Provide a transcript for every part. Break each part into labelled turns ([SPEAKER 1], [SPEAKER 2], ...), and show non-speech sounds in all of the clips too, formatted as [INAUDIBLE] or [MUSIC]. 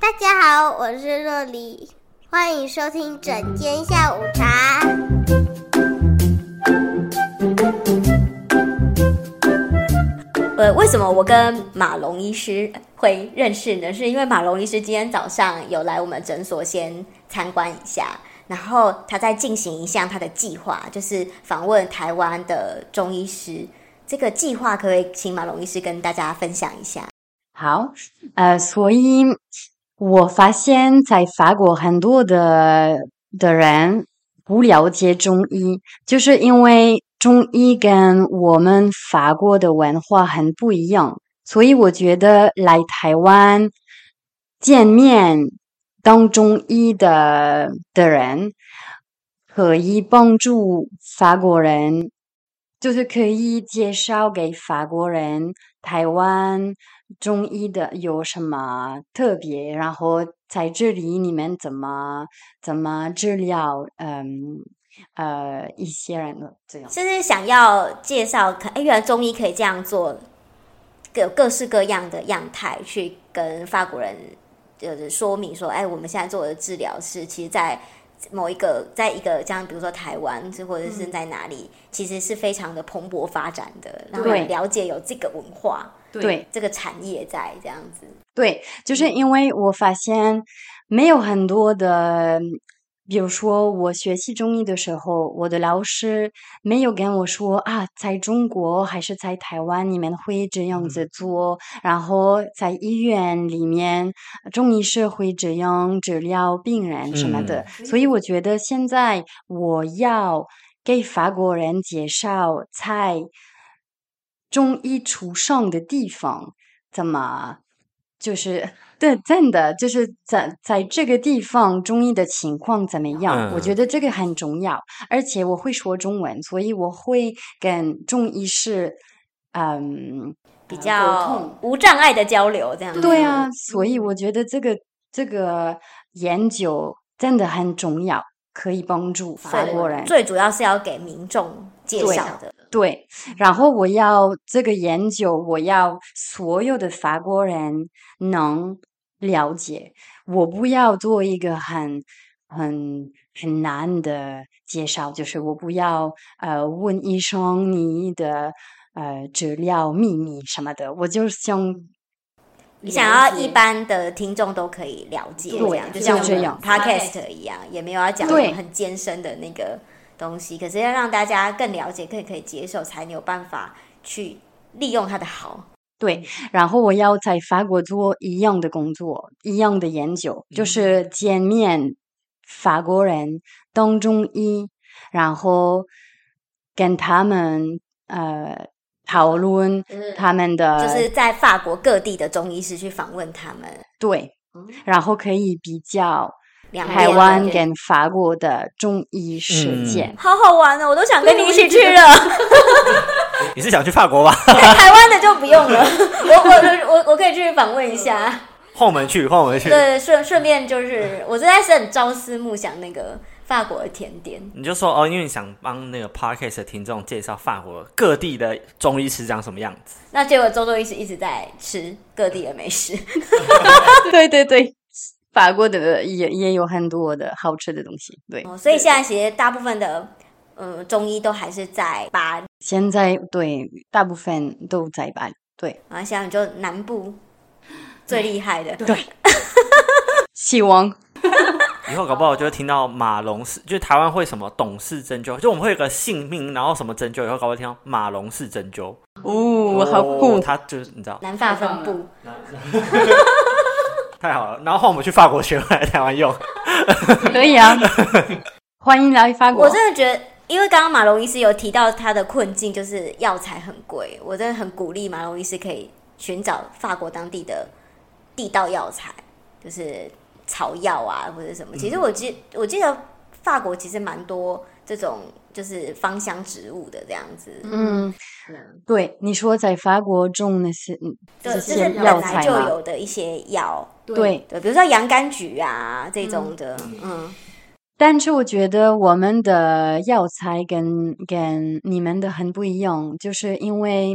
[SPEAKER 1] 大家好，我是若黎，欢迎收听整间下午茶。
[SPEAKER 2] 呃，为什么我跟马龙医师会认识呢？是因为马龙医师今天早上有来我们诊所先参观一下，然后他在进行一项他的计划，就是访问台湾的中医师。这个计划可不可以请马龙医师跟大家分享一下？
[SPEAKER 3] 好，呃，所以我发现，在法国很多的的人不了解中医，就是因为中医跟我们法国的文化很不一样，所以我觉得来台湾见面当中医的的人，可以帮助法国人，就是可以介绍给法国人台湾。中医的有什么特别？然后在这里你们怎么怎么治疗？嗯呃，一些人的这样。
[SPEAKER 2] 就是想要介绍，可哎，原来中医可以这样做，各各式各样的样态去跟法国人就是说明说，哎，我们现在做的治疗是，其实，在某一个，在一个这样，比如说台湾，或者是在哪里，其实是非常的蓬勃发展的，然后
[SPEAKER 3] 嗯对
[SPEAKER 2] 了解有这个文化，
[SPEAKER 3] 对
[SPEAKER 2] 这个产业在这样子。
[SPEAKER 3] 啊对，就是因为我发现没有很多的，比如说我学习中医的时候，我的老师没有跟我说啊，在中国还是在台湾你们会这样子做，然后在医院里面中医师会这样治疗病人什么的，所以我觉得现在我要给法国人介绍在中医出生的地方。怎么就是对，真的就是在在这个地方中医的情况怎么样？我觉得这个很重要，而且我会说中文，所以我会跟中医师，嗯，
[SPEAKER 2] 比
[SPEAKER 3] 沟
[SPEAKER 2] 较
[SPEAKER 3] 通
[SPEAKER 2] 无障碍的交流，这样子
[SPEAKER 3] 对啊，所以我觉得这个这个研究真的很重要，可以帮助法
[SPEAKER 2] 对
[SPEAKER 3] 国人。
[SPEAKER 2] 最主要是要给民众介
[SPEAKER 3] 对
[SPEAKER 2] 绍的，
[SPEAKER 3] 对，然后我要这个研究，我要所有的法国人能了解，我不要做一个很很很难的介绍，就是我不要呃问医生你的呃治疗秘密什么的，我就想
[SPEAKER 2] 你想要
[SPEAKER 3] 了
[SPEAKER 2] 一
[SPEAKER 3] 解
[SPEAKER 2] 般的听众都可以了解，
[SPEAKER 3] 对
[SPEAKER 2] 这样就
[SPEAKER 3] 就
[SPEAKER 2] 像我
[SPEAKER 3] 这
[SPEAKER 2] 们
[SPEAKER 3] 样
[SPEAKER 2] podcast 一样，也没有要讲什
[SPEAKER 3] 对
[SPEAKER 2] 么很艰深的那个东西，可是要让大家更了解，更可以接受，才有办法去利用它的好。
[SPEAKER 3] 对，
[SPEAKER 2] 嗯
[SPEAKER 3] 然后我要在法国做一样的工作，一样的研究，
[SPEAKER 2] 嗯
[SPEAKER 3] 就是见面法国人当中医，然后跟他们呃讨论他们的、
[SPEAKER 2] 嗯就是在法国各地的中医师去访问他们，
[SPEAKER 3] 对，
[SPEAKER 2] 嗯
[SPEAKER 3] 然后可以比较
[SPEAKER 2] 两
[SPEAKER 3] 台
[SPEAKER 2] 边
[SPEAKER 3] 湾
[SPEAKER 2] 的
[SPEAKER 3] 跟法国的中医实
[SPEAKER 4] 嗯
[SPEAKER 3] 践。
[SPEAKER 2] 好好玩哦，我都想跟你一起去
[SPEAKER 3] 对我也
[SPEAKER 2] 了。
[SPEAKER 3] [LAUGHS]
[SPEAKER 2] [LAUGHS]
[SPEAKER 4] [LAUGHS] 你是想去法国吧？
[SPEAKER 2] 台湾的就不用了， [LAUGHS] 我我我我可以去访问一下。
[SPEAKER 4] 后门去，后门去。
[SPEAKER 2] 对，顺顺便就是，我实在是很朝思暮想那个法国的甜点。
[SPEAKER 4] 你就说哦，因为你想帮那个 podcast 的听众介绍法国各地的中医师长什么样子。
[SPEAKER 2] 那结果周周一直一直在吃各地的美
[SPEAKER 3] [LAUGHS]
[SPEAKER 2] 食，
[SPEAKER 3] 对对对，法国的也也有很多的好吃的东西。对，
[SPEAKER 2] 哦所以现在其实大部分的嗯中医都还是在巴黎，
[SPEAKER 3] 现在对大部分都在巴黎。对。
[SPEAKER 2] 然后啊像就南部最厉害的，
[SPEAKER 3] 对，希望
[SPEAKER 4] 以后搞不好就会听到马龙氏，就是台湾会什么董氏针灸，就我们会有个姓名，然后什么针灸，以后搞不好听到马龙氏针灸。
[SPEAKER 3] 哦，好
[SPEAKER 4] 哦 [LAUGHS]
[SPEAKER 3] 酷！
[SPEAKER 4] 他就是你知道，
[SPEAKER 2] 南法分部。
[SPEAKER 4] 太好了。然后换我们去法国学回来台湾用。
[SPEAKER 3] 可以啊，欢迎来法国
[SPEAKER 2] 我。真的觉得，因为刚刚马龙医师有提到他的困境，就是药材很贵。我真的很鼓励马龙医师可以寻找法国当地的地道药材，就是草药啊或者什么。其实
[SPEAKER 3] 嗯
[SPEAKER 2] 我记我记得法国其实蛮多这种就是芳香植物的这样子，
[SPEAKER 3] 嗯，对，你说在法国种那些，嗯
[SPEAKER 2] 对，
[SPEAKER 3] 这
[SPEAKER 2] 就
[SPEAKER 3] 些
[SPEAKER 2] 是本
[SPEAKER 3] 药
[SPEAKER 2] 来
[SPEAKER 3] 材
[SPEAKER 2] 就
[SPEAKER 3] 吗
[SPEAKER 2] 有的一些药，
[SPEAKER 3] 对，
[SPEAKER 2] 对，比如说洋甘菊啊这种的，嗯，
[SPEAKER 3] 但是我觉得我们的药材跟跟你们的很不一样，就是因为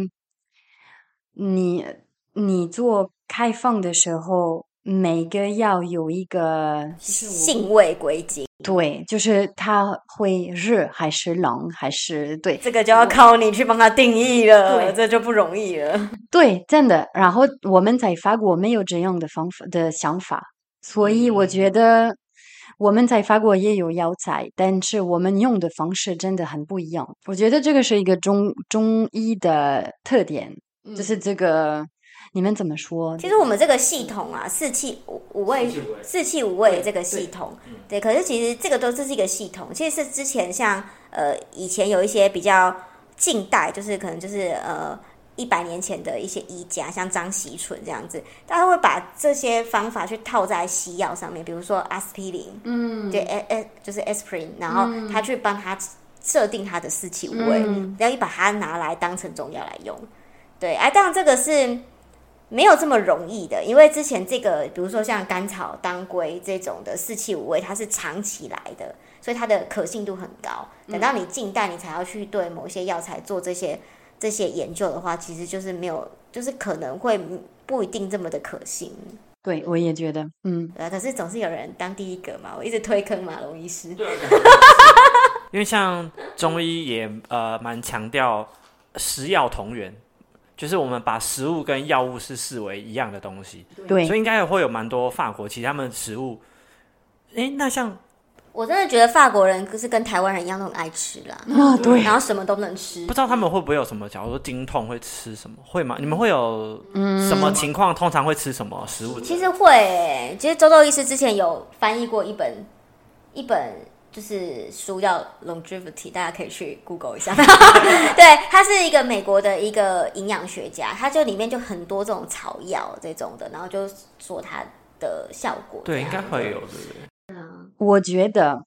[SPEAKER 3] 你你做开放的时候，每个药有一个
[SPEAKER 2] 性味归经，
[SPEAKER 3] 对，就是它会热还是冷还是对
[SPEAKER 2] 这个就要靠你去帮它定义了，
[SPEAKER 3] 对
[SPEAKER 2] 这就不容易了。
[SPEAKER 3] 对，真的。然后我们在法国没有这样的方法的想法，所以我觉得我们在法国也有药材，但是我们用的方式真的很不一样。我觉得这个是一个中中医的特点，就是这个你们怎么说？
[SPEAKER 2] 其实我们这个系统啊，四气五五味
[SPEAKER 4] 四气五味，
[SPEAKER 2] 四气五味这个系统，
[SPEAKER 4] 嗯
[SPEAKER 2] 对，可是其实这个都这是一个系统，其实是之前像呃以前有一些比较近代，就是可能就是呃一百年前的一些医家，像张锡纯这样子，他会把这些方法去套在西药上面，比如说阿司匹林，嗯，对，a a 就是 aspirin，然后他去帮他设定他的四气五味，然后一把它拿来当成中药来用，对，哎、当然这个是。没有这么容易的，因为之前这个，比如说像甘草、当归这种的四气五味，它是长期来的，所以它的可信度很高。等到你近代，你才要去对某些药材做这些这些研究的话，其实就是没有，就是可能会不一定这么的可信。
[SPEAKER 3] 对，我也觉得，嗯，
[SPEAKER 2] 对啊，可是总是有人当第一个嘛，我一直推坑马龙医师。
[SPEAKER 4] 因为像中医也呃蛮强调食药同源，就是我们把食物跟药物是视为一样的东西，
[SPEAKER 3] 对
[SPEAKER 4] 所以应该也会有蛮多法国其实他们食物，哎、那像
[SPEAKER 2] 我真的觉得法国人是跟台湾人一样都很爱吃啦，
[SPEAKER 3] 啊，对，
[SPEAKER 2] 然后什么都能吃
[SPEAKER 4] 不。知道他们会不会有什么，假如说经痛会吃什么，会吗？你们会有什么情况通常会吃什么食物？
[SPEAKER 2] 其实会欸、其实周周医师之前有翻译过一本一本就是书叫《Longevity》，大家可以去 Google 一下。 [LAUGHS] 对，他是一个美国的一个营养学家，他就里面就很多这种草药这种的，然后就说它的效果这
[SPEAKER 4] 对，应
[SPEAKER 2] 样。
[SPEAKER 4] 该会有，对嗯不对？
[SPEAKER 3] 我觉得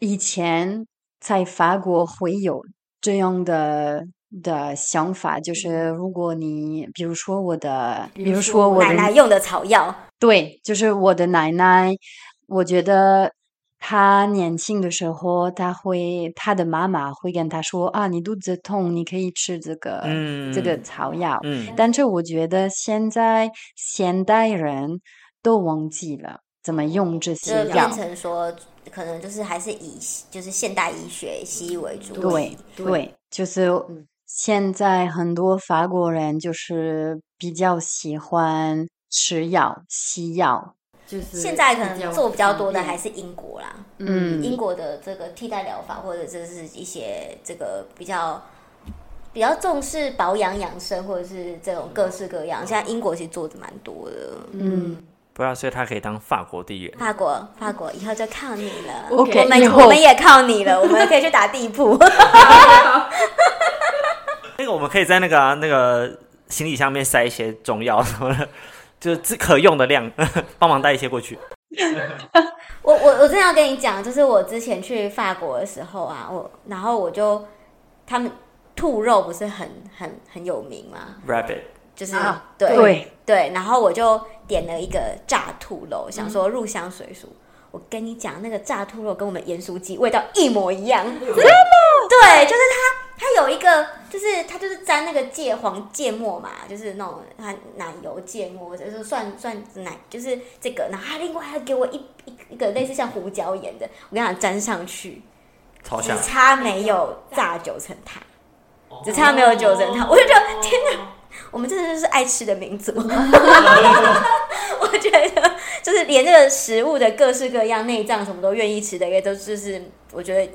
[SPEAKER 3] 以前在法国会有这样的的想法，就是如果你比如说我的，比如说我的
[SPEAKER 2] 奶奶用的草药，
[SPEAKER 3] 对，就是我的奶奶，我觉得她年轻的时候，她会她的妈妈会跟她说啊，你肚子痛，你可以吃这个、
[SPEAKER 4] 嗯，
[SPEAKER 3] 这个草药。
[SPEAKER 4] 嗯，
[SPEAKER 3] 但是我觉得现在现代人都忘记了怎么用这
[SPEAKER 2] 就
[SPEAKER 3] 些药
[SPEAKER 2] 变。成说，可能就是还是以就是现代医学西医为主。
[SPEAKER 3] 对嗯对，就是现在很多法国人就是比较喜欢吃药、西药。
[SPEAKER 5] 就是
[SPEAKER 2] 现在可能做比较多的还
[SPEAKER 5] 是
[SPEAKER 2] 是英国啦，
[SPEAKER 3] 嗯
[SPEAKER 2] 英国的这个替代疗法，或者就是一些这个比较比较重视保养养生，或者是这种各式各样。现在英国其实做的蛮多的，
[SPEAKER 3] 嗯，
[SPEAKER 4] 不要，所以他可以当法国第一人。
[SPEAKER 2] 法国法国以后就靠你了
[SPEAKER 3] [LAUGHS] OK，
[SPEAKER 2] 我们
[SPEAKER 3] 以后
[SPEAKER 2] 我们也靠你
[SPEAKER 3] [LAUGHS]
[SPEAKER 2] 了，我们可以去打地铺。 [LAUGHS]
[SPEAKER 4] 那个我们可以在那个啊、那个行李箱里面塞一些中药什么的，就是只可用的量，帮忙带一些过去。
[SPEAKER 2] 我我我真的要跟你讲，就是我之前去法国的时候啊，我然后我就他们兔肉不是很很很有名吗？
[SPEAKER 4] Rabbit，
[SPEAKER 2] 就是、
[SPEAKER 5] 啊
[SPEAKER 2] 对
[SPEAKER 3] 对
[SPEAKER 2] 对，然后我就点了一个炸兔肉，想说入乡随俗。我跟你讲，那个炸兔肉跟我们盐酥鸡味道一模一样，真的？对，就是它，它有一个，就是它就是沾那个芥黄芥末嘛，就是那种它奶油芥末，或者是蒜蒜奶，就是这个。然后它另外还给我一一一个类似像胡椒盐的，我跟你讲，沾上去，
[SPEAKER 4] 超
[SPEAKER 2] 只
[SPEAKER 4] 香。
[SPEAKER 2] 差没有炸九层塔，只差没有九层塔，我就觉得天哪，我们真的就是爱吃的民族。我觉得就是连这个食物的各式各样内脏什么都愿意吃的，也都就是我觉得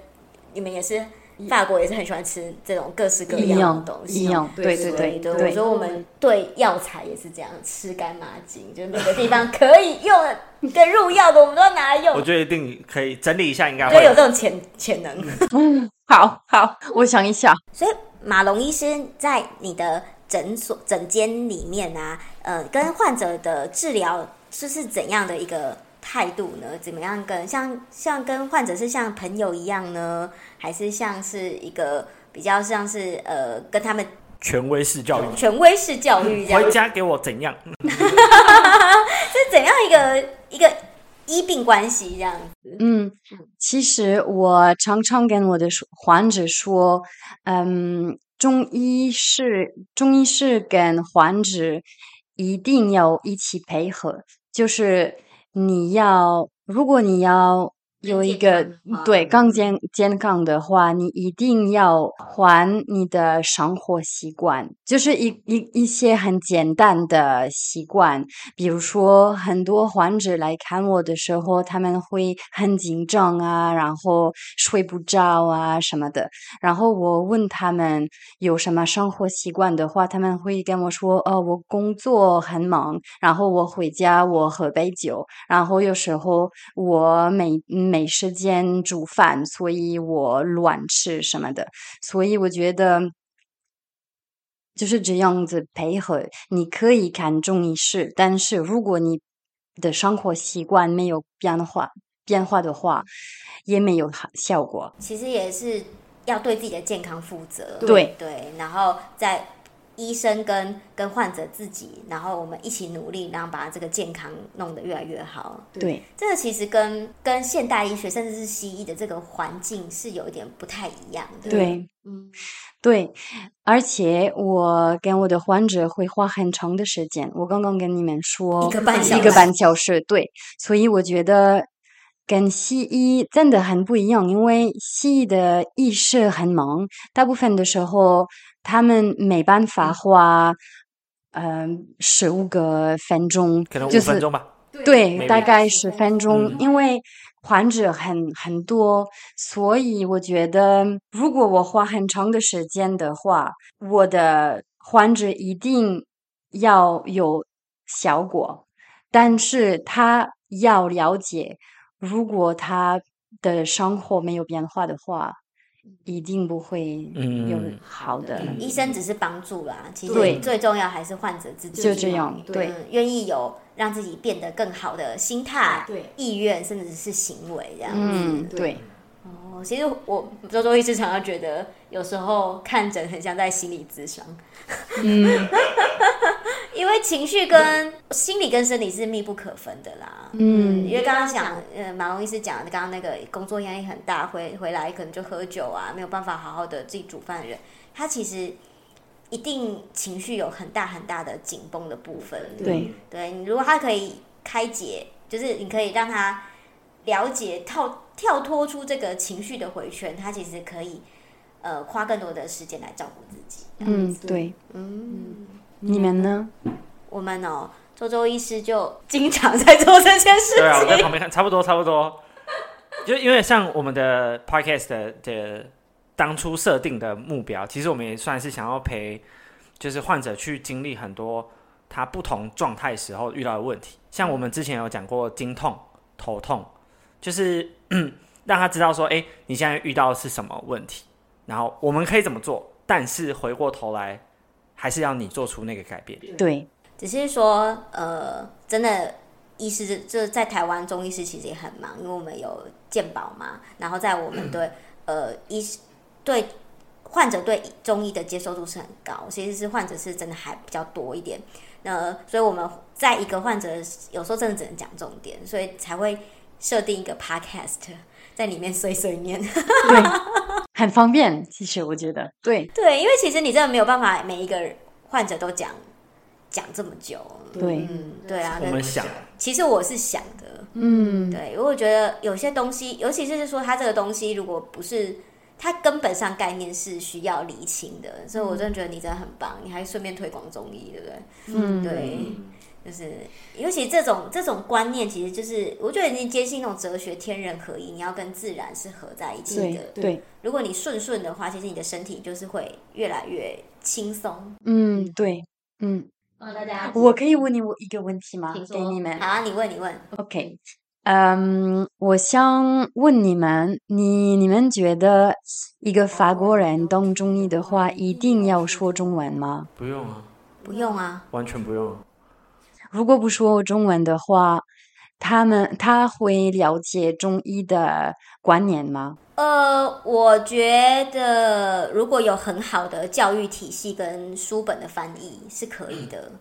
[SPEAKER 2] 你们也是法国也是很喜欢吃这种各式各
[SPEAKER 3] 一
[SPEAKER 2] 样
[SPEAKER 3] 样
[SPEAKER 2] 的东西。
[SPEAKER 3] 一样，啊对对
[SPEAKER 5] 所
[SPEAKER 3] 对
[SPEAKER 2] 对对，
[SPEAKER 3] 对
[SPEAKER 2] 我觉得我们对药材也是这样，吃干抹净，就是每个地方可以用的、跟入药的，我们都要拿来用
[SPEAKER 4] 我。觉得一定可以整理一下，应该
[SPEAKER 2] 觉得有
[SPEAKER 4] 会。
[SPEAKER 2] 这种潜潜能。
[SPEAKER 3] 好好，我想一下。
[SPEAKER 2] 所以马龙医师在你的诊所诊间里面啊，呃，跟患者的治疗是是怎样的一个态度呢？怎么样跟像像跟患者是像朋友一样呢，还是像是一个比较像是呃跟他们
[SPEAKER 4] 权威式教育，
[SPEAKER 2] 权威式教育这样？
[SPEAKER 4] 回
[SPEAKER 2] 是
[SPEAKER 4] 家给我怎样？
[SPEAKER 2] 怎样一个一个医病关系这样？
[SPEAKER 3] 嗯，其实我常常跟我的说患者说，嗯，中医是中医是跟患者一定要一起配合，就是你要，如果你要有一个
[SPEAKER 2] 更健康的话嗯
[SPEAKER 3] 对更健健康的话，你一定要还你的生活习惯，就是一一一些很简单的习惯，比如说很多患者来看我的时候，他们会很紧张啊，然后睡不着啊什么的。然后我问他们有什么生活习惯的话，他们会跟我说：“哦，我工作很忙，然后我回家我喝杯酒，然后有时候我没没时间煮饭，所以我乱吃什么的。”所以我觉得就是这样子配合。你可以看中医师，但是如果你的生活习惯没有变化变化的话，也没有好效果。
[SPEAKER 2] 其实也是要对自己的健康负责，
[SPEAKER 3] 对
[SPEAKER 2] 对，然后在医生跟跟患者自己，然后我们一起努力，然后把这个健康弄得越来越好。
[SPEAKER 3] 对，
[SPEAKER 2] 这个其实跟跟现代医学甚至是西医的这个环境是有一点不太一样的。，
[SPEAKER 3] 对
[SPEAKER 2] 嗯，
[SPEAKER 3] 对，而且我跟我的患者会花很长的时间。我刚刚跟你们说
[SPEAKER 2] 一个半小
[SPEAKER 3] 一个
[SPEAKER 2] 时
[SPEAKER 3] 半小时，对，所以我觉得跟西医真的很不一样，因为西医的医师很忙，大部分的时候他们没办法花。嗯，十五个分钟，
[SPEAKER 4] 可能五
[SPEAKER 3] 就
[SPEAKER 4] 分
[SPEAKER 3] 是
[SPEAKER 4] 钟吧。
[SPEAKER 3] 对，大
[SPEAKER 4] Maybe
[SPEAKER 3] 概十分钟
[SPEAKER 4] 嗯，
[SPEAKER 3] 因为患者很很多，所以我觉得如果我花很长的时间的话，我的患者一定要有效果，但是他要了解，如果他的生活没有变化的话，一定不会有
[SPEAKER 4] 嗯
[SPEAKER 3] 好的，
[SPEAKER 2] 医生只是帮助啦，其
[SPEAKER 3] 对
[SPEAKER 2] 实最重要还是患者自己
[SPEAKER 3] 就这样，对
[SPEAKER 2] 嗯，愿意有让自己变得更好的心态、
[SPEAKER 5] 对
[SPEAKER 2] 意愿，甚至是行为这样子。
[SPEAKER 3] 嗯，
[SPEAKER 5] 对
[SPEAKER 3] 对，
[SPEAKER 2] 哦，其实我周周一直常常觉得，有时候看诊很像在心理咨商，
[SPEAKER 3] 嗯
[SPEAKER 2] [LAUGHS] 因为情绪跟心理跟生理是密不可分的啦。
[SPEAKER 3] 嗯
[SPEAKER 2] 因为刚刚讲，呃，马龙医师讲的，刚刚那个工作压力很大，回回来可能就喝酒啊，没有办法好好的自己煮饭的人，他其实一定情绪有很大很大的紧绷的部分。
[SPEAKER 3] 对，
[SPEAKER 2] 对你，如果他可以开解，就是你可以让他了解跳跳脱出这个情绪的回圈，他其实可以呃花更多的时间来照顾自己。
[SPEAKER 3] 嗯对，
[SPEAKER 2] 嗯，
[SPEAKER 3] 你们呢？
[SPEAKER 2] 我们哦，周周医师就经常在做这件事
[SPEAKER 4] [LAUGHS] 对啊，我在
[SPEAKER 2] 情。
[SPEAKER 4] 旁边看，差不多差不多。就因为像我们的 podcast 的的当初设定的目标，其实我们也算是想要陪，就是患者去经历很多他不同状态时候遇到的问题。像我们之前有讲过经痛、头痛，就是 [COUGHS] 嗯让他知道说，哎、你现在遇到的是什么问题，然后我们可以怎么做。但是回过头来，还是要你做出那个改变。
[SPEAKER 3] 对，
[SPEAKER 2] 只是说，呃，真的医师这这在台湾中医师其实也很忙，因为我们有健保嘛，然后在我们
[SPEAKER 4] 嗯
[SPEAKER 2] 对、呃医师对患者对中医的接受度是很高，其实是患者是真的还比较多一点。那所以我们在一个患者有时候真的只能讲重点，所以才会设定一个 podcast 在里面碎碎
[SPEAKER 4] [LAUGHS]
[SPEAKER 2] 念。
[SPEAKER 3] 对，很方便。其实我觉得，对
[SPEAKER 2] 对，因为其实你真的没有办法每一个患者都讲讲这么久。
[SPEAKER 3] 对，
[SPEAKER 2] 嗯，对啊，
[SPEAKER 4] 我
[SPEAKER 2] 那
[SPEAKER 4] 们想，
[SPEAKER 2] 其实我是想的，
[SPEAKER 3] 嗯，
[SPEAKER 2] 对，因为我觉得有些东西，尤其是说它这个东西，如果不是它根本上概念是需要厘清的，所以我真的觉得你真的很棒，你还顺便推广中医，对不对？
[SPEAKER 3] 嗯，
[SPEAKER 2] 对，就是尤其这种这种观念，其实就是我觉得你坚信那种哲学天人合一，你要跟自然是合在一起
[SPEAKER 3] 对
[SPEAKER 2] 的。
[SPEAKER 3] 对，
[SPEAKER 2] 如果你顺顺的话，其实你的身体就是会越来越轻松。
[SPEAKER 3] 嗯，对，嗯，
[SPEAKER 2] 哦，大家
[SPEAKER 3] 我可以问你我一个问题吗
[SPEAKER 2] 请？
[SPEAKER 3] 给
[SPEAKER 2] 说
[SPEAKER 3] 你们
[SPEAKER 2] 好啊，你问你问，
[SPEAKER 3] ，OK。嗯，我想问你们，你你们觉得一个法国人当中医的话，一定要说中文吗？
[SPEAKER 4] 不用啊，
[SPEAKER 2] 不用啊，
[SPEAKER 4] 完全不用、啊。
[SPEAKER 3] 如果不说中文的话，他们他会了解中医的观念吗？
[SPEAKER 2] 呃，我觉得如果有很好的教育体系跟书本的翻译是可以的，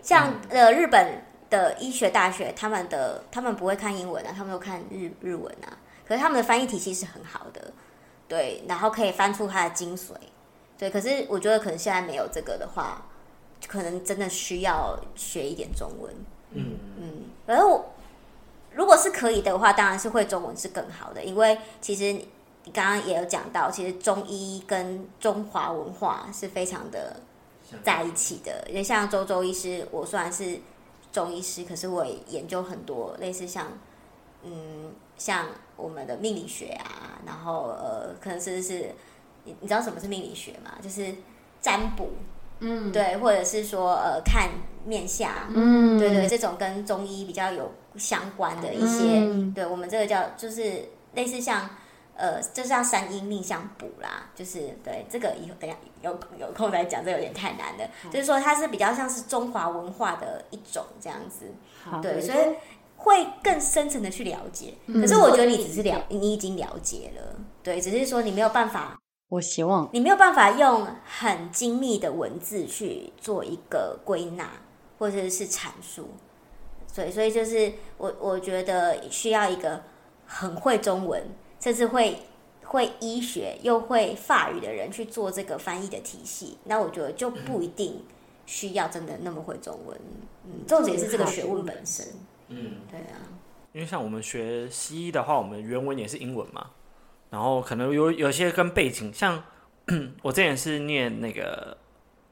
[SPEAKER 2] 像呃日本的医学大学，他们的他们不会看英文啊，他们都看日日文啊，可是他们的翻译体系是很好的，对，然后可以翻出它的精髓，对，可是我觉得可能现在没有这个的话，可能真的需要学一点中文，
[SPEAKER 4] 嗯
[SPEAKER 2] 嗯，反正我如果是可以的话，当然是会中文是更好的，因为其实你你刚刚也有讲到，其实中医跟中华文化是非常的在一起的。因为像周周医师，我虽然是中医师，可是我也研究很多类似像嗯像我们的命理学啊，然后呃，可能是是你你知道什么是命理学吗？就是占卜，
[SPEAKER 5] 嗯，
[SPEAKER 2] 对，或者是说呃看面相，
[SPEAKER 5] 嗯，
[SPEAKER 2] 对对，这种跟中医比较有相关的一些，
[SPEAKER 3] 嗯
[SPEAKER 2] 对我们这个叫就是类似像呃，就像三阴命相补啦，就是对这个以后等一下有有空来讲，这有点太难了。就是说它是比较像是中华文化的一种这样子，
[SPEAKER 3] 好
[SPEAKER 2] 对，所以会更深层的去了解。可是我觉得你只是了，你已经了解了，对，只是说你没有办法
[SPEAKER 3] 我希望
[SPEAKER 2] 你没有办法用很精密的文字去做一个归纳或者是阐述，所以所以就是我我觉得需要一个很会中文，甚至会会医学又会法语的人去做这个翻译的体系，那我觉得就不一定需要真的那么会中文，嗯，重点是这个学问本身，
[SPEAKER 4] 嗯，
[SPEAKER 2] 对啊，
[SPEAKER 4] 因为像我们学西医的话，我们原文也是英文嘛，然后可能有有些跟背景，像 [CLEARS THROAT] 我之前是念那个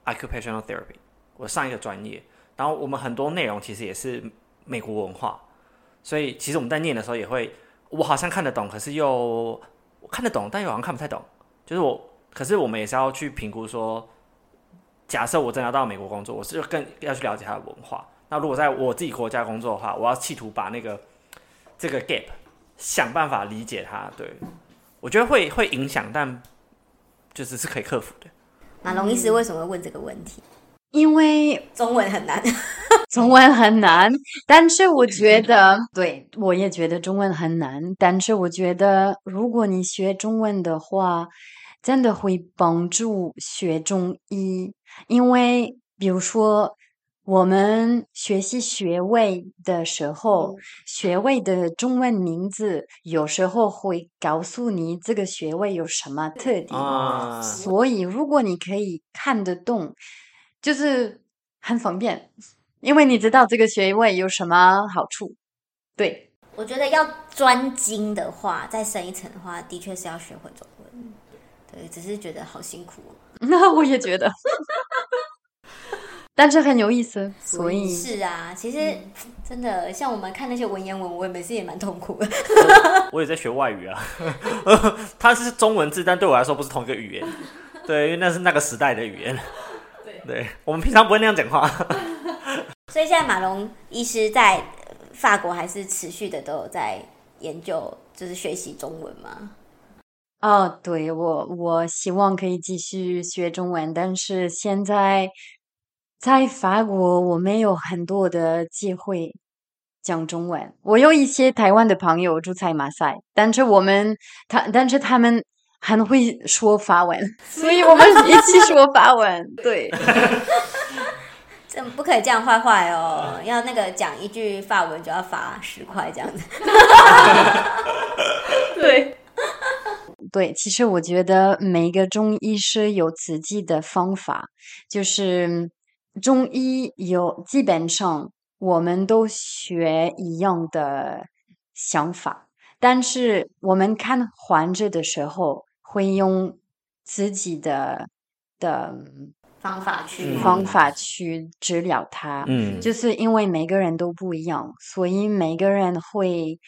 [SPEAKER 4] occupational therapy，我上一个专业，然后我们很多内容其实也是美国文化，所以其实我们在念的时候也会，我好像看得懂，可是又我看得懂，但又好像看不太懂，就是我，可是我们也是要去评估说，假设我真的要到美国工作，我是更要去了解它的文化。那如果在我自己国家工作的话，我要企图把那个这个 gap，想办法理解它。对，我觉得会会影响，但就是是可以克服的。
[SPEAKER 2] 马龙医师为什么会问这个问题？
[SPEAKER 3] 因为
[SPEAKER 2] 中文很难，
[SPEAKER 3] [LAUGHS] 中文很难，但是我觉得，对我也觉得中文很难，但是我觉得如果你学中文的话，真的会帮助学中医，因为比如说我们学习学位的时候，学位的中文名字有时候会告诉你这个学位有什么特点。
[SPEAKER 4] 啊
[SPEAKER 3] 所以，如果你可以看得懂，就是很方便，因为你知道这个学位有什么好处。对， [LAUGHS]
[SPEAKER 2] 我觉得要专精的话，再深一层的话，的确是要学会中文。对，只是觉得好辛苦哦。
[SPEAKER 3] 那我也觉得， [LAUGHS] 但是很有意思，所以
[SPEAKER 2] 是啊，其实、真的像我们看那些文言文，我每次也蛮痛苦的。 [LAUGHS]
[SPEAKER 4] 我也在学外语啊， [LAUGHS] 它是中文字，但对我来说不是同一个语言。对，因为那是那个时代的语言。对，我们平常不会那样讲话。
[SPEAKER 2] 所以现在马龙医师在呃法国还是持续的都有在研究，就是学习中文嘛。
[SPEAKER 3] 哦，对，我我希望可以继续学中文，但是现在在法国我没有很多的机会讲中文。我有一些台湾的朋友住在马赛，但是我们他但是他们很会说法文，所以我们一起说法文。对，
[SPEAKER 2] 这不可以这样坏坏哦！要那个讲一句法文就要罚十块这样子。
[SPEAKER 3] 对，其实我觉得每一个中医师有自己的方法，就是中医有基本上我们都学一样的想法，但是我们看患者的时候会用自己的的
[SPEAKER 2] 方法去
[SPEAKER 4] 嗯
[SPEAKER 3] 方法去治疗他。
[SPEAKER 4] 嗯
[SPEAKER 3] 就是因为每个人都不一样，所以每个人会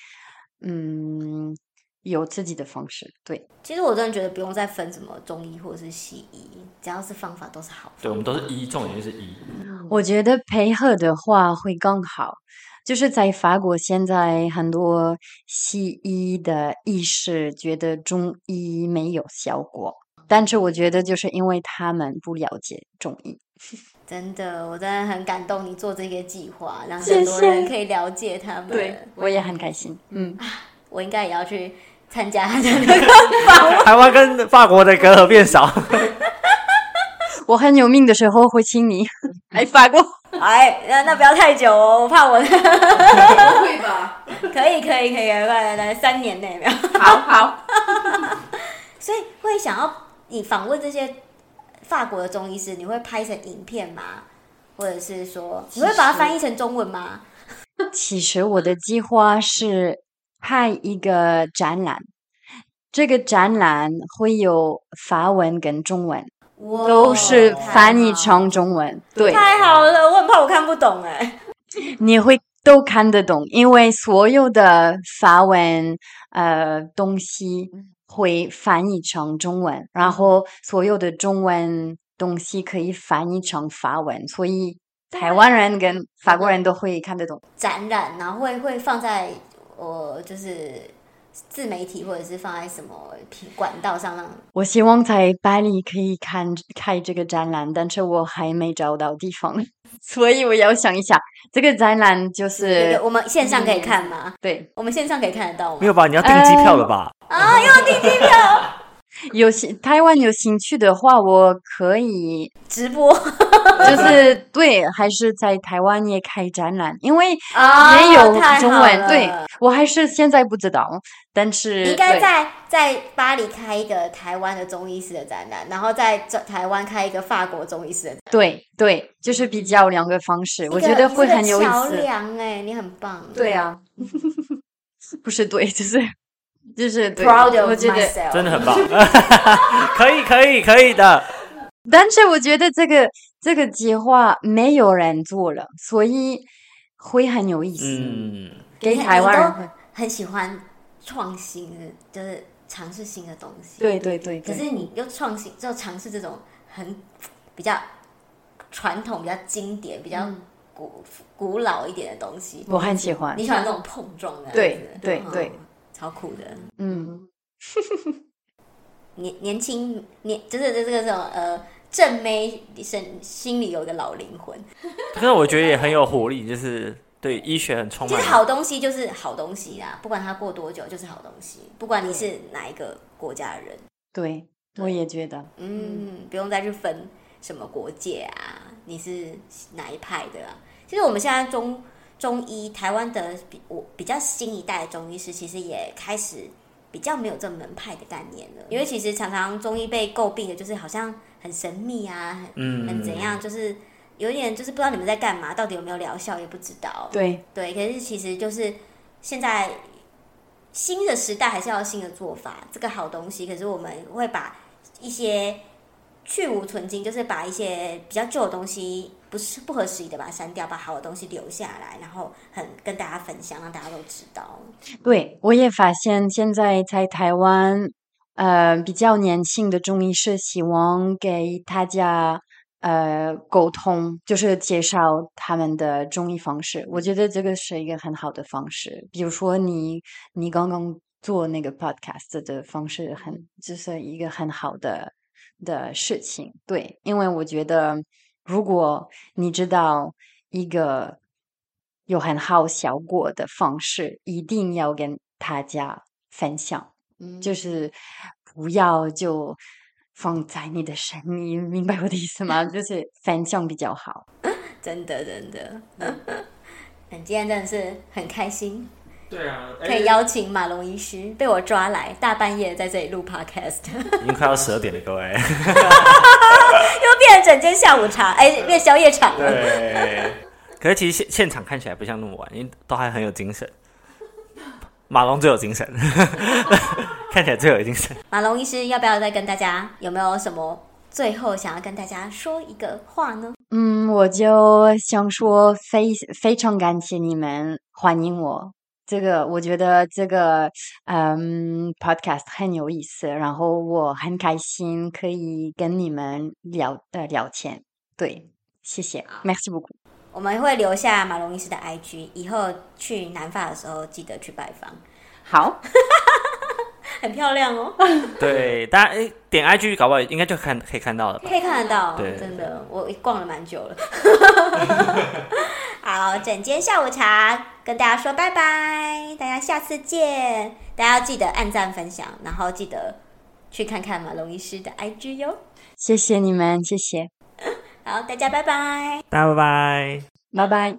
[SPEAKER 3] 嗯有自己的方式。对。
[SPEAKER 2] 其实我真的觉得不用再分什么中医或者是西医，只要是方法都是好方法。
[SPEAKER 4] 对，我们都是一，重点就是一。
[SPEAKER 3] 我觉得配合的话会更好。就是在法国，现在很多西医的医师觉得中医没有效果，但是我觉得就是因为他们不了解中医。
[SPEAKER 2] 真的，我真的很感动你做这个计划，让更多人可以了解他们。
[SPEAKER 3] 我也很开心。嗯，
[SPEAKER 2] 我应该也要去参加他的那 [LAUGHS] 个访问。
[SPEAKER 4] [LAUGHS] 台湾跟法国的隔阂变少。
[SPEAKER 3] 我很有命的时候会请你 [LAUGHS] 来法国。
[SPEAKER 2] 哎，那那不要太久哦，我怕我 [LAUGHS]
[SPEAKER 5] 不会吧？
[SPEAKER 3] [LAUGHS]
[SPEAKER 2] 可以可以可以，来来来，三年内有没有。
[SPEAKER 5] 好好，
[SPEAKER 2] 所以会想要你访问这些法国的中医师，你会拍成影片吗？或者是说，你会把它翻译成中文吗？
[SPEAKER 3] 其实我的计划是拍一个展览，这个展览会有法文跟中文，
[SPEAKER 2] 我
[SPEAKER 3] 都是
[SPEAKER 2] 太
[SPEAKER 3] 翻译
[SPEAKER 2] 好
[SPEAKER 3] 成中文。对，
[SPEAKER 2] 太好了，我很怕我看不懂哎。
[SPEAKER 3] 你会都看得懂，因为所有的法文呃东西会翻译成中文，然后所有的中文东西可以翻译成法文，所以台湾人跟法国人都会看得懂。
[SPEAKER 2] 展览，然后会会放在我就是自媒体或者是放在什么平管道上让
[SPEAKER 3] 我希望在巴黎可以看开这个展览，但是我还没找到地方， [LAUGHS] 所以我要想一下，这个展览就
[SPEAKER 2] 那
[SPEAKER 3] 是
[SPEAKER 2] 个我们线上可以看吗？
[SPEAKER 3] 对，
[SPEAKER 2] 我们线上可以看得到
[SPEAKER 4] 没
[SPEAKER 2] 吗？
[SPEAKER 4] 有吧？你要订机票了吧？
[SPEAKER 2] 啊，又订机票，
[SPEAKER 3] 有兴台湾有兴趣的话，我可以
[SPEAKER 2] 直
[SPEAKER 3] [LAUGHS]
[SPEAKER 2] 播
[SPEAKER 3] 就是对，还是在台湾也开展览，因为
[SPEAKER 2] 啊
[SPEAKER 3] 也有
[SPEAKER 2] 哦太好
[SPEAKER 3] 中文。
[SPEAKER 2] 了
[SPEAKER 3] 对我还是现在不知道，但是
[SPEAKER 2] 应该
[SPEAKER 3] 对
[SPEAKER 2] 在在巴黎开一个台湾的中医师的展览，然后在这台湾开一个法国中医师的展
[SPEAKER 3] 对对，就是比较两个方式，
[SPEAKER 2] 览，
[SPEAKER 3] 我
[SPEAKER 2] 一个
[SPEAKER 3] 觉得会
[SPEAKER 2] 一个
[SPEAKER 3] 很有意
[SPEAKER 2] 桥
[SPEAKER 3] 思。
[SPEAKER 2] 梁哎，你很棒。
[SPEAKER 3] 对啊，不是对，就是就是对啊
[SPEAKER 2] ，proud of
[SPEAKER 3] 我觉得，
[SPEAKER 2] myself，
[SPEAKER 4] 真的很棒， [LAUGHS] 可以可以可以的。
[SPEAKER 3] 但是我觉得这个这个计划没有人做了，所以会很有意思，
[SPEAKER 4] 嗯，
[SPEAKER 3] 给
[SPEAKER 2] 你看
[SPEAKER 3] 台
[SPEAKER 2] 你
[SPEAKER 3] 湾
[SPEAKER 2] 都
[SPEAKER 3] 人会。
[SPEAKER 2] 很喜欢创新，就是尝试新的东西。，
[SPEAKER 3] 对对对
[SPEAKER 2] 可
[SPEAKER 3] 对，
[SPEAKER 2] 是你又创新，就尝试这种很比较传统、比较经典、比
[SPEAKER 3] 嗯
[SPEAKER 2] 较古、古老一点的东西。
[SPEAKER 3] 我很喜欢
[SPEAKER 2] 你。喜欢那种碰撞的样子，
[SPEAKER 3] 嗯对对
[SPEAKER 2] 嗯
[SPEAKER 3] 对，
[SPEAKER 2] 超酷的。
[SPEAKER 3] 嗯。
[SPEAKER 2] 年年轻年就是这个这种呃正妹身心里有一个老灵魂，
[SPEAKER 4] 可是我觉得也很有活力，就是对医学很充
[SPEAKER 2] 其
[SPEAKER 4] 满
[SPEAKER 2] 实。好东西就是好东西啦，不管它过多久就是好东西，不管你是哪一个国家的人，
[SPEAKER 3] 对，我也觉得，
[SPEAKER 2] 嗯，不用再去分什么国界啊，你是哪一派的啊。其实我们现在中中医台湾的比我比较新一代的中医师，其实也开始比较没有这门派的概念了，因为其实常常中医被诟病的就是好像很神秘啊，很
[SPEAKER 4] 嗯，
[SPEAKER 2] 很怎样，就是有点就是不知道你们在干嘛，到底有没有疗效也不知道。
[SPEAKER 3] 对
[SPEAKER 2] 对，可是其实就是现在新的时代还是要有新的做法，这个好东西。可是我们会把一些去无存精，就是把一些比较旧的东西。不是不合时宜的，把它删掉，把好的东西留下来，然后很跟大家分享，让大家都知道。
[SPEAKER 3] 对，我也发现现在在台湾，呃，比较年轻的中医师希望给大家呃沟通，就是介绍他们的中医方式。我觉得这个是一个很好的方式。比如说你你刚刚做那个 podcast 的方式很，就是一个很好的的事情。对，因为我觉得如果你知道一个有很好效果的方式，一定要跟大家分享，就是不要就放在你的身里， [LAUGHS] 明白我的意思吗？就是分享比较好。
[SPEAKER 2] 真的，真的。
[SPEAKER 4] 嗯
[SPEAKER 2] [LAUGHS] 那今天真的是很开心，
[SPEAKER 4] 对啊，
[SPEAKER 2] 可以邀请马龙医师被我抓来，大半夜在这里录 podcast， [LAUGHS]
[SPEAKER 4] 已经快要十二点了，各位。
[SPEAKER 2] 又变成整间下午茶，哎、变宵夜场了。
[SPEAKER 4] 对。 [LAUGHS] 可是其实现现场看起来不像那么晚，因为都还很有精神。马龙最有精
[SPEAKER 2] [LAUGHS]
[SPEAKER 4] 神，看起来最有精神。
[SPEAKER 2] 马龙医师，要不要再跟大家有没有什么最后想要跟大家说一个话呢？
[SPEAKER 3] 嗯，我就想说非非常感谢你们欢迎我。这个我觉得这个嗯 podcast 很有意思，然后我很开心可以跟你们聊呃聊天。对，谢谢，merci beaucoup。
[SPEAKER 2] 我们会留下马龙医师的 IG，以后去南法的时候记得去拜访，
[SPEAKER 3] 好，
[SPEAKER 2] 很漂亮哦，
[SPEAKER 4] 对，大家诶点 IG 搞不好应该就看可以看到了吧？
[SPEAKER 2] 可以看得到，哦
[SPEAKER 4] 对
[SPEAKER 2] 真的，我逛了蛮久了。 [LAUGHS] 好，整间下午茶跟大家说拜拜，大家下次见。大家要记得按赞分享，然后记得去看看马龙医师的 IG 哟。
[SPEAKER 3] 谢谢你们，谢谢，
[SPEAKER 2] 好，大家拜拜。
[SPEAKER 4] 大家拜拜。
[SPEAKER 3] 拜拜。